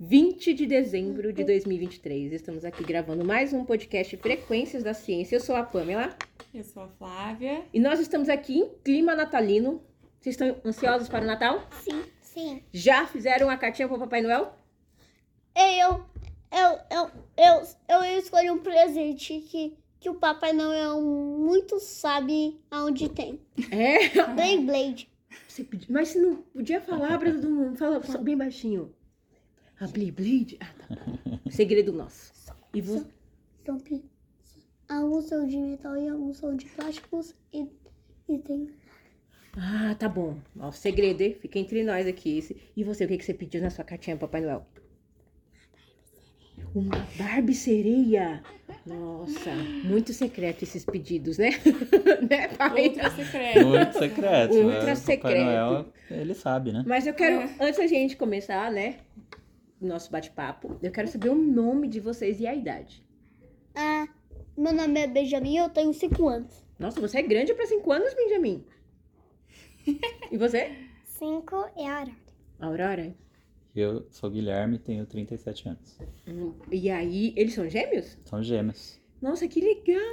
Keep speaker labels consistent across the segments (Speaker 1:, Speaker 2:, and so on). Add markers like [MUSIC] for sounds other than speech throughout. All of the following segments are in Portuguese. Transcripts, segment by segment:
Speaker 1: 20 de dezembro de 2023. Estamos aqui gravando mais um podcast Frequências da Ciência. Eu sou a Pamela
Speaker 2: Eu sou a Flávia.
Speaker 1: e nós estamos aqui em clima natalino. Vocês estão ansiosos para o Natal?
Speaker 3: Sim, sim.
Speaker 1: Já fizeram a cartinha para o Papai Noel?
Speaker 3: Eu, eu, eu, eu, eu escolhi um presente que, que o Papai Noel muito sabe aonde tem.
Speaker 1: É?
Speaker 3: Beyblade.
Speaker 1: Você podia- Mas você não podia falar para todo mundo. Fala fala bem baixinho. A Beyblade? Ah, tá. bom. Segredo nosso. E você?
Speaker 3: São pi- alguns são de metal e alguns são de plásticos e, e tem
Speaker 1: Ah, tá bom. Ó, segredo, hein? Fica entre nós aqui. Esse- E você, o que, que você pediu na sua cartinha, Papai Noel? Uma Barbie sereia. Nossa, muito secreto esses pedidos, né? [LAUGHS] né, pai?
Speaker 2: Outro secreto.
Speaker 4: Muito secreto.
Speaker 1: Ultra
Speaker 4: né? O
Speaker 1: secreto.
Speaker 4: Papai Noel, ele sabe, né?
Speaker 1: Mas eu quero,
Speaker 2: É.
Speaker 1: antes da gente começar, né? o Nosso bate-papo, eu quero saber o nome de vocês e a idade.
Speaker 3: Ah, meu nome é Benjamin eu tenho 5 anos.
Speaker 1: Nossa, você é grande pra cinco anos, [LAUGHS] Benjamin. E você?
Speaker 3: 5 é Arara.
Speaker 1: Aurora.
Speaker 4: Eu sou Guilherme, tenho 37 anos.
Speaker 1: Hum, E aí, eles são gêmeos?
Speaker 4: São gêmeos.
Speaker 1: Nossa, que legal!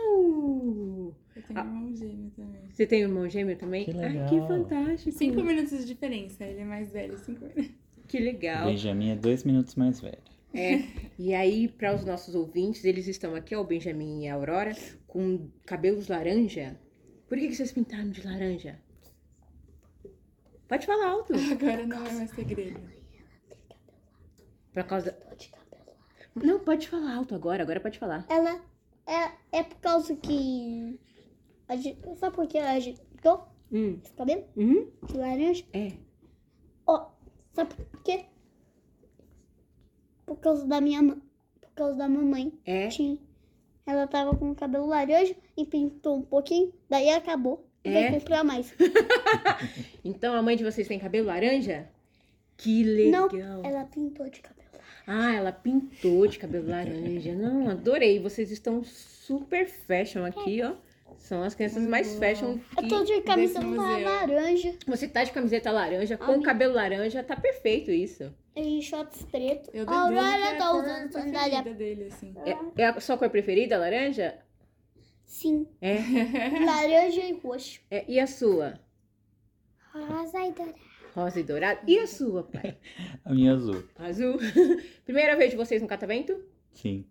Speaker 2: Eu tenho um irmão gêmeo também.
Speaker 1: Você tem um irmão gêmeo também?
Speaker 4: Que
Speaker 1: Ai,
Speaker 4: legal.
Speaker 1: que fantástico.
Speaker 2: Cinco minutos de diferença. Ele é mais velho, cinco minutos.
Speaker 1: Que legal.
Speaker 4: Benjamin é dois minutos mais velho.
Speaker 1: É. E aí, para os nossos ouvintes, eles estão aqui, ó, o Benjamin e a Aurora, com cabelos laranja. Por que, que vocês pintaram de laranja? Pode falar alto.
Speaker 2: Agora não é mais segredo.
Speaker 1: Por causa.
Speaker 3: Tô de cabelo.
Speaker 1: Não, pode falar alto agora, agora pode falar.
Speaker 3: Ela é, é por causa que. A gente, sabe por que a gente pintou
Speaker 1: Hum.
Speaker 3: esse cabelo
Speaker 1: Hum?
Speaker 3: de laranja?
Speaker 1: É.
Speaker 3: Ó, sabe por quê? Por causa da minha mãe. Por causa da mamãe.
Speaker 1: É.
Speaker 3: Tinha- Ela tava com o cabelo laranja e pintou um pouquinho, daí acabou. E
Speaker 1: É?
Speaker 3: vai comprar mais.
Speaker 1: Então a mãe de vocês tem cabelo laranja? Que legal.
Speaker 3: Ela pintou de cabelo.
Speaker 1: Ah, ela pintou de cabelo laranja. Não, adorei. Vocês estão super fashion aqui, ó. São as crianças mais fashion.
Speaker 3: Eu tô
Speaker 1: Que...
Speaker 3: de camisa
Speaker 2: desse museu.
Speaker 3: laranja
Speaker 1: Você tá de camiseta laranja, com
Speaker 3: Amiga.
Speaker 1: cabelo laranja, tá perfeito isso.
Speaker 3: e shorts preto.
Speaker 2: Eu
Speaker 3: a
Speaker 2: deduzo que é
Speaker 3: Aurora
Speaker 2: a
Speaker 3: tá
Speaker 2: cor
Speaker 3: usando
Speaker 2: preferida
Speaker 3: sandália.
Speaker 2: dele, assim. [LAUGHS]
Speaker 1: É, é a sua cor preferida, laranja?
Speaker 3: Sim,
Speaker 1: É.
Speaker 3: laranja e roxo.
Speaker 1: É, E a sua?
Speaker 3: Rosa e dourada.
Speaker 1: Rosa e dourada. E a sua, pai?
Speaker 4: A minha é azul.
Speaker 1: Azul. [LAUGHS] Primeira vez de vocês no catavento?
Speaker 4: Sim.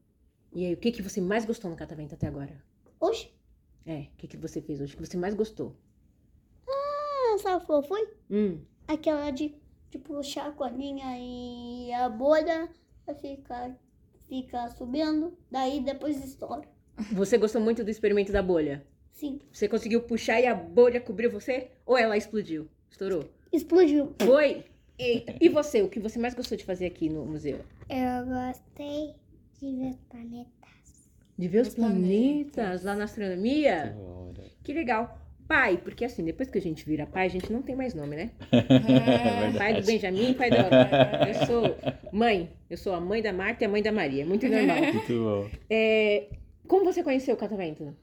Speaker 1: E aí, o que, que você mais gostou no catavento até agora?
Speaker 3: Oxe,
Speaker 1: É, o que, que você fez hoje? O que você mais gostou?
Speaker 3: ah, sabe qual foi?
Speaker 1: Hum.
Speaker 3: aquela de, de puxar a corninha e a bolha fica, fica subindo, daí depois estoura.
Speaker 1: Você gostou muito do experimento da bolha?
Speaker 3: Sim,
Speaker 1: Você conseguiu puxar e a bolha cobriu você? Ou ela explodiu? Estourou?
Speaker 3: explodiu.
Speaker 1: Foi? Eita. E você, o que você mais gostou de fazer aqui no museu?
Speaker 3: Eu gostei de ver o planeta.
Speaker 1: De ver os,
Speaker 2: Os
Speaker 1: planetas,
Speaker 2: planetas.
Speaker 1: lá na astronomia?
Speaker 4: Que hora.
Speaker 1: Que legal. Pai, porque assim, depois que a gente vira pai, a gente não tem mais nome, né?
Speaker 2: É,
Speaker 4: verdade.
Speaker 1: Pai do Benjamin, pai da Aurora. Eu sou mãe. Eu sou a mãe da Marta e a mãe da Maria. Muito [LAUGHS] normal.
Speaker 4: Muito bom.
Speaker 1: É, como você conheceu o catavento?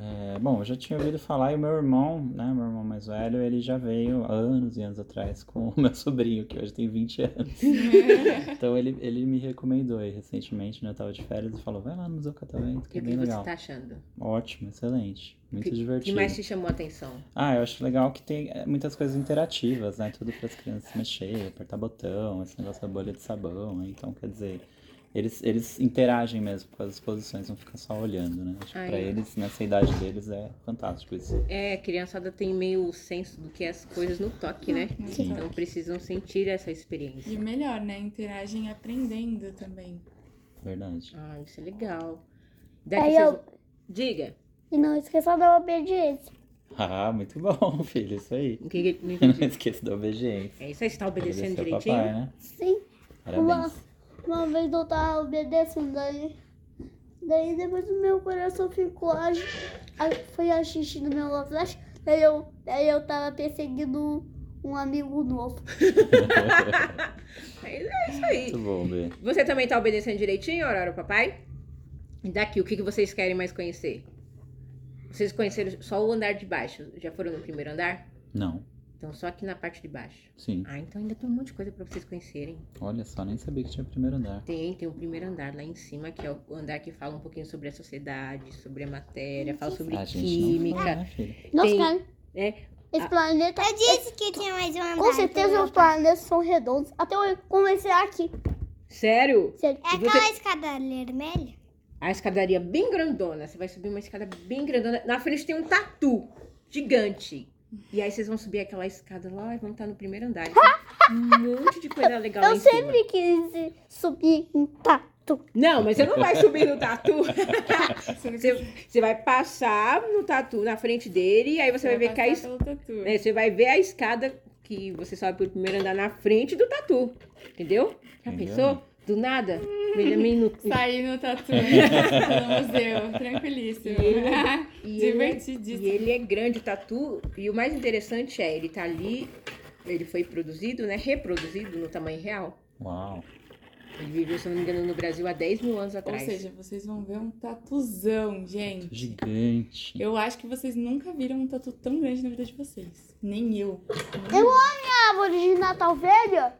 Speaker 4: É, bom, eu já tinha ouvido falar e o meu irmão, né, meu irmão mais velho, ele já veio há anos e anos atrás com o meu sobrinho, que hoje tem 20
Speaker 1: [LAUGHS]
Speaker 4: anos. então ele, ele me recomendou e recentemente, né, eu tava de férias e falou, vai lá no Museu Catavento,
Speaker 1: E
Speaker 4: que é
Speaker 1: o que
Speaker 4: bem
Speaker 1: você
Speaker 4: legal.
Speaker 1: está achando?
Speaker 4: Ótimo, excelente, muito
Speaker 1: O que
Speaker 4: divertido.
Speaker 1: mais te chamou a atenção?
Speaker 4: Ah, eu acho legal que tem eh, muitas coisas interativas, né? Tudo para as crianças mexer, apertar botão, esse negócio da bolha de sabão. né? Então, quer dizer, eles, eles interagem mesmo com as exposições, não ficam só olhando, né? Acho que
Speaker 1: Ai.
Speaker 4: para eles, nessa idade deles, é fantástico isso.
Speaker 1: É, criançada tem meio senso do que é as coisas no toque, né?
Speaker 3: Uhum.
Speaker 4: Sim.
Speaker 1: Então precisam sentir essa
Speaker 2: E
Speaker 1: experiência.
Speaker 2: o melhor, né? Interagem aprendendo também.
Speaker 4: Verdade. [LAUGHS]
Speaker 1: Ah, isso é legal.
Speaker 3: Aí
Speaker 1: Daí
Speaker 3: eu-
Speaker 1: Diga.
Speaker 3: E não esqueça da obediência.
Speaker 4: Ah, muito bom, [LAUGHS] filho, isso aí.
Speaker 1: O que que não
Speaker 4: Não [LAUGHS]
Speaker 1: entendi?
Speaker 4: esqueça da obediência.
Speaker 1: É isso aí, você tá obedecendo
Speaker 4: Obedecer ao
Speaker 1: direitinho?
Speaker 4: papai, né?
Speaker 3: Sim, uma,
Speaker 4: Parabéns.
Speaker 3: uma vez eu tava obedecendo, daí, daí depois o meu coração ficou. agi- a- foi a xixi no meu lado, daí eu, daí eu tava perseguindo um, um amigo novo.
Speaker 1: [LAUGHS] Mas é isso aí.
Speaker 4: Muito bom, Bê.
Speaker 1: Você também tá obedecendo direitinho, Aurora, papai? E daqui, o que, que vocês querem mais conhecer? Vocês conheceram só o andar de baixo. Já foram no primeiro andar?
Speaker 4: Não,
Speaker 1: Então só aqui na parte de baixo.
Speaker 4: sim.
Speaker 1: Ah, então ainda tem um monte de coisa pra vocês conhecerem.
Speaker 4: Olha só, nem sabia que tinha primeiro andar.
Speaker 1: Tem, tem o primeiro andar lá em cima, que é o andar que fala um pouquinho sobre a sociedade, sobre a matéria, fala sobre
Speaker 4: A Ah, gente não
Speaker 1: química.
Speaker 4: fala, né, filha?
Speaker 3: Nossa,
Speaker 1: Tem-
Speaker 3: cara,
Speaker 1: É,
Speaker 3: esse planeta.
Speaker 5: Eu disse que tinha mais um andar.
Speaker 3: Com certeza os planetas são redondos. Até eu comecei aqui.
Speaker 1: sério?
Speaker 3: Sério.
Speaker 5: É aquela escada vermelha?
Speaker 1: A escadaria bem grandona. Você vai subir uma escada bem grandona. Na frente tem um tatu gigante. E aí vocês vão subir aquela escada lá e vão estar no primeiro andar. E tem um monte de coisa legal lá
Speaker 3: Eu
Speaker 1: em cima.
Speaker 3: sempre quis subir em tá. tatu.
Speaker 1: Não, mas você não vai subir no tatu.
Speaker 4: É.
Speaker 2: Você não
Speaker 1: você,
Speaker 2: quer-
Speaker 1: você vai passar no tatu na frente dele e aí você vai ver que a,
Speaker 2: passar
Speaker 1: es-
Speaker 2: pelo tatu.
Speaker 1: né, você vai ver a escada que você sobe pro primeiro andar na frente do tatu. Entendeu? Já
Speaker 4: Entendeu?
Speaker 1: pensou? Do nada? Benjamin no.
Speaker 2: Sair no tatu no museu, tranquilíssimo.
Speaker 1: E ele-
Speaker 2: [LAUGHS] Divertidíssimo.
Speaker 1: E ele é grande, o tatu. E o mais interessante é, ele tá ali, ele foi produzido, né? Reproduzido no tamanho real.
Speaker 4: Uau.
Speaker 1: Ele viveu, se eu não me engano, no Brasil há 10 mil anos
Speaker 2: Ou
Speaker 1: atrás.
Speaker 2: seja, vocês vão ver um tatuzão, gente.
Speaker 4: Gigante.
Speaker 2: Eu acho que vocês nunca viram um tatu tão grande na vida de vocês. Nem eu.
Speaker 3: A árvore de Natal velha?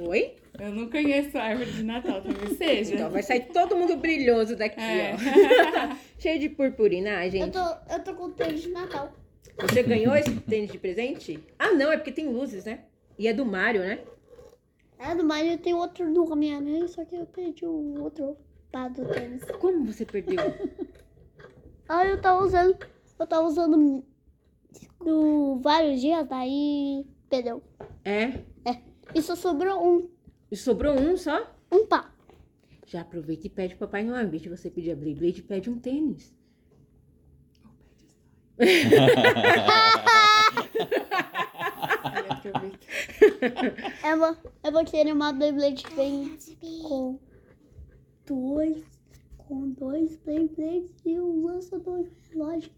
Speaker 1: Oi?
Speaker 2: Eu não conheço a árvore de Natal, talvez
Speaker 1: [LAUGHS]
Speaker 2: seja.
Speaker 1: Então vai sair todo mundo brilhoso daqui,
Speaker 2: É.
Speaker 1: ó. Cheio de purpurina, ah,
Speaker 3: Eu
Speaker 1: gente.
Speaker 3: tô, eu tô com o tênis de Natal.
Speaker 1: Você ganhou esse tênis de presente? Ah, não, é porque tem luzes, né? E é do Mario, né?
Speaker 3: É do Mario tem outro do Homem-Aranha, só que eu perdi o outro pá do tênis.
Speaker 1: Como você perdeu?
Speaker 3: Ah, eu tava usando. Eu tava usando um do vários dias, daí perdeu.
Speaker 1: É?
Speaker 3: E só sobrou um,
Speaker 1: E sobrou um só?
Speaker 3: um pá.
Speaker 1: Já aproveita e pede pro papai Noel. Em vez de você pedir a Blade Blade, pede um tênis.
Speaker 2: [LAUGHS] Olha, aproveita.
Speaker 3: Eu vou, eu vou querer uma Beyblade bem com dois. Com dois Beyblades e um lançador de relógio.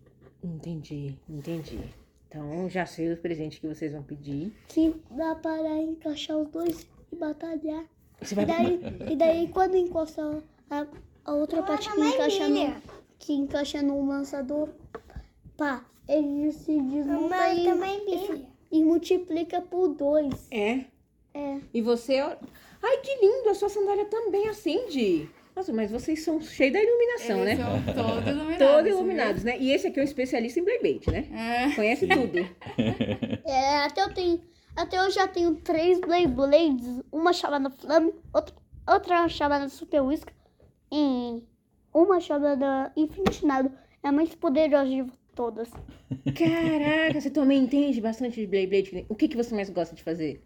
Speaker 1: Entendi, entendi. Então já sei os presentes que vocês vão pedir.
Speaker 3: Que dá para encaixar os dois e batalhar.
Speaker 1: Você
Speaker 3: E
Speaker 1: vai
Speaker 3: daí, e daí quando encosta a, a outra parte que encaixa, no, que encaixa no lançador, pá, ele se desmonta
Speaker 5: Mamãe,
Speaker 3: e,
Speaker 5: também
Speaker 3: e
Speaker 5: brilha.
Speaker 3: fi- e multiplica por dois.
Speaker 1: É?
Speaker 3: É.
Speaker 1: E você. ó- Ai, que lindo! A sua sandália também acende. Nossa, mas vocês [LAUGHS] são cheios da iluminação,
Speaker 2: Eles
Speaker 1: né?
Speaker 2: são
Speaker 1: [LAUGHS]
Speaker 2: todos iluminados.
Speaker 1: Todos
Speaker 2: viu?
Speaker 1: iluminados, né? E esse aqui é um especialista em Blaybait, né?
Speaker 2: É.
Speaker 1: Conhece tudo.
Speaker 3: É, até eu tenho. Até eu já tenho três Beyblades, uma chamada Flame, outra, outra chamada Super Whisk e uma chamada Infinite Nado. É a mais poderosa de todas.
Speaker 1: Caraca, você também entende bastante de Beyblade. O que, que você mais gosta de fazer?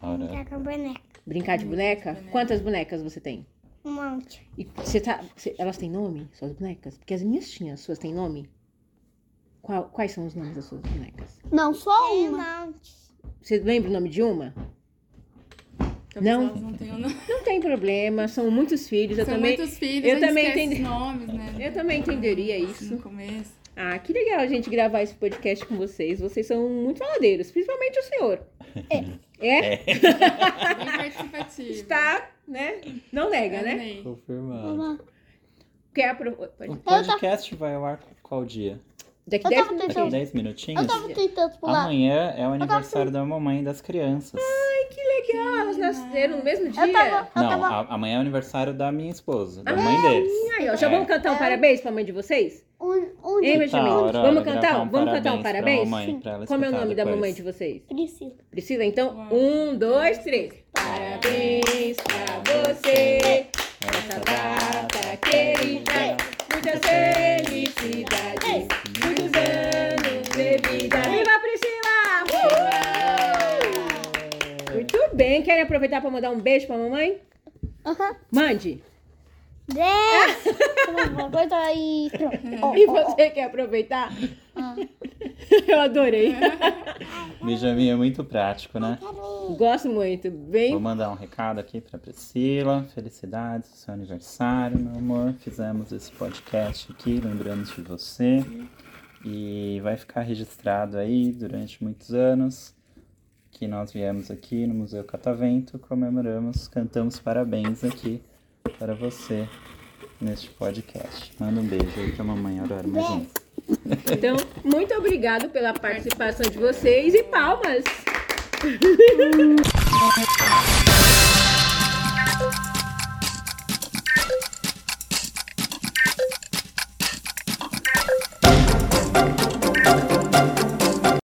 Speaker 4: Ora,
Speaker 5: Tá com boneca.
Speaker 1: Brincar de boneca? Quantas bonecas você tem?
Speaker 5: Um monte.
Speaker 1: E você tá. você- elas têm nome, suas bonecas? Porque as minhas tinham, as suas têm nome? Qual- quais são os nomes das suas bonecas?
Speaker 3: Não, só
Speaker 5: Um
Speaker 3: uma.
Speaker 5: monte.
Speaker 1: Você lembra o nome de uma?
Speaker 2: Talvez
Speaker 1: Não.
Speaker 2: elas não tenham nome.
Speaker 1: Não tem problema, são muitos filhos. Eu
Speaker 2: São
Speaker 1: também,
Speaker 2: muitos filhos,
Speaker 1: eu
Speaker 2: a gente
Speaker 1: também
Speaker 2: esquece
Speaker 1: entendi.
Speaker 2: os nomes, né?
Speaker 1: eu também entenderia isso.
Speaker 2: No
Speaker 1: [LAUGHS]
Speaker 2: começo.
Speaker 1: Ah, que legal a gente gravar esse podcast com vocês. Vocês são muito faladeiros, principalmente o senhor. É. É?
Speaker 2: Bem participativo.
Speaker 1: Está, né? Não nega, né?
Speaker 2: Amei.
Speaker 4: confirmado.
Speaker 3: Uma.
Speaker 1: Quer apro... pode-
Speaker 4: O podcast vai ao ar qual dia?
Speaker 1: Daqui
Speaker 3: Eu
Speaker 1: 10
Speaker 3: tava
Speaker 1: minutinhos.
Speaker 4: Daqui
Speaker 3: Sim.
Speaker 4: 10 minutinhos?
Speaker 3: Eu tava tentando pular.
Speaker 4: Amanhã é o
Speaker 1: assim.
Speaker 4: aniversário da mamãe e das crianças.
Speaker 1: Que legal, elas nasceram no mesmo dia.
Speaker 3: Eu tava. Eu
Speaker 4: Não,
Speaker 3: tava.
Speaker 4: a- amanhã é o aniversário da minha esposa,
Speaker 1: Ah,
Speaker 4: da mãe deles.
Speaker 1: Aí, ó, já
Speaker 4: É.
Speaker 1: vamos cantar um parabéns pra mãe de vocês?
Speaker 3: Onde? onde
Speaker 1: Hein,
Speaker 4: Que tal,
Speaker 1: Benjamin?
Speaker 4: Aurora,
Speaker 1: vamos
Speaker 4: gravar
Speaker 1: cantar? um- vamos cantar um
Speaker 4: Pra
Speaker 1: parabéns?
Speaker 4: mamãe, pra ela
Speaker 1: Como é o
Speaker 4: escutar
Speaker 1: nome da
Speaker 4: depois.
Speaker 1: mamãe de vocês?
Speaker 3: Priscila.
Speaker 1: Priscila, então,
Speaker 2: Uau.
Speaker 1: um, dois, três. Parabéns pra você, essa data é querida. Muitas felicidades, muitos anos de vida. Viva Priscila! Uhul! Muito bem, querem aproveitar pra mandar um beijo pra mamãe?
Speaker 3: Aham.
Speaker 1: Mande!
Speaker 3: Desce! Uma coisa aí. Pronto. Ó,
Speaker 1: E
Speaker 3: ó, ó.
Speaker 1: você quer aproveitar?
Speaker 3: Ah.
Speaker 1: [LAUGHS]
Speaker 3: É.
Speaker 1: Eu adorei. [LAUGHS]
Speaker 4: Benjamin é muito prático, né?
Speaker 1: Gosto muito.
Speaker 4: Vou
Speaker 1: Bem,
Speaker 4: mandar um recado aqui pra Priscila. Felicidades, seu aniversário, meu amor. Fizemos esse podcast aqui, lembrando de você. E vai ficar registrado aí durante muitos anos que nós viemos aqui no Museu Catavento, comemoramos, cantamos parabéns aqui para você neste podcast. Manda um beijo aí pra mamãe Aurora mais um.
Speaker 1: Então, muito obrigado pela participação de vocês e palmas!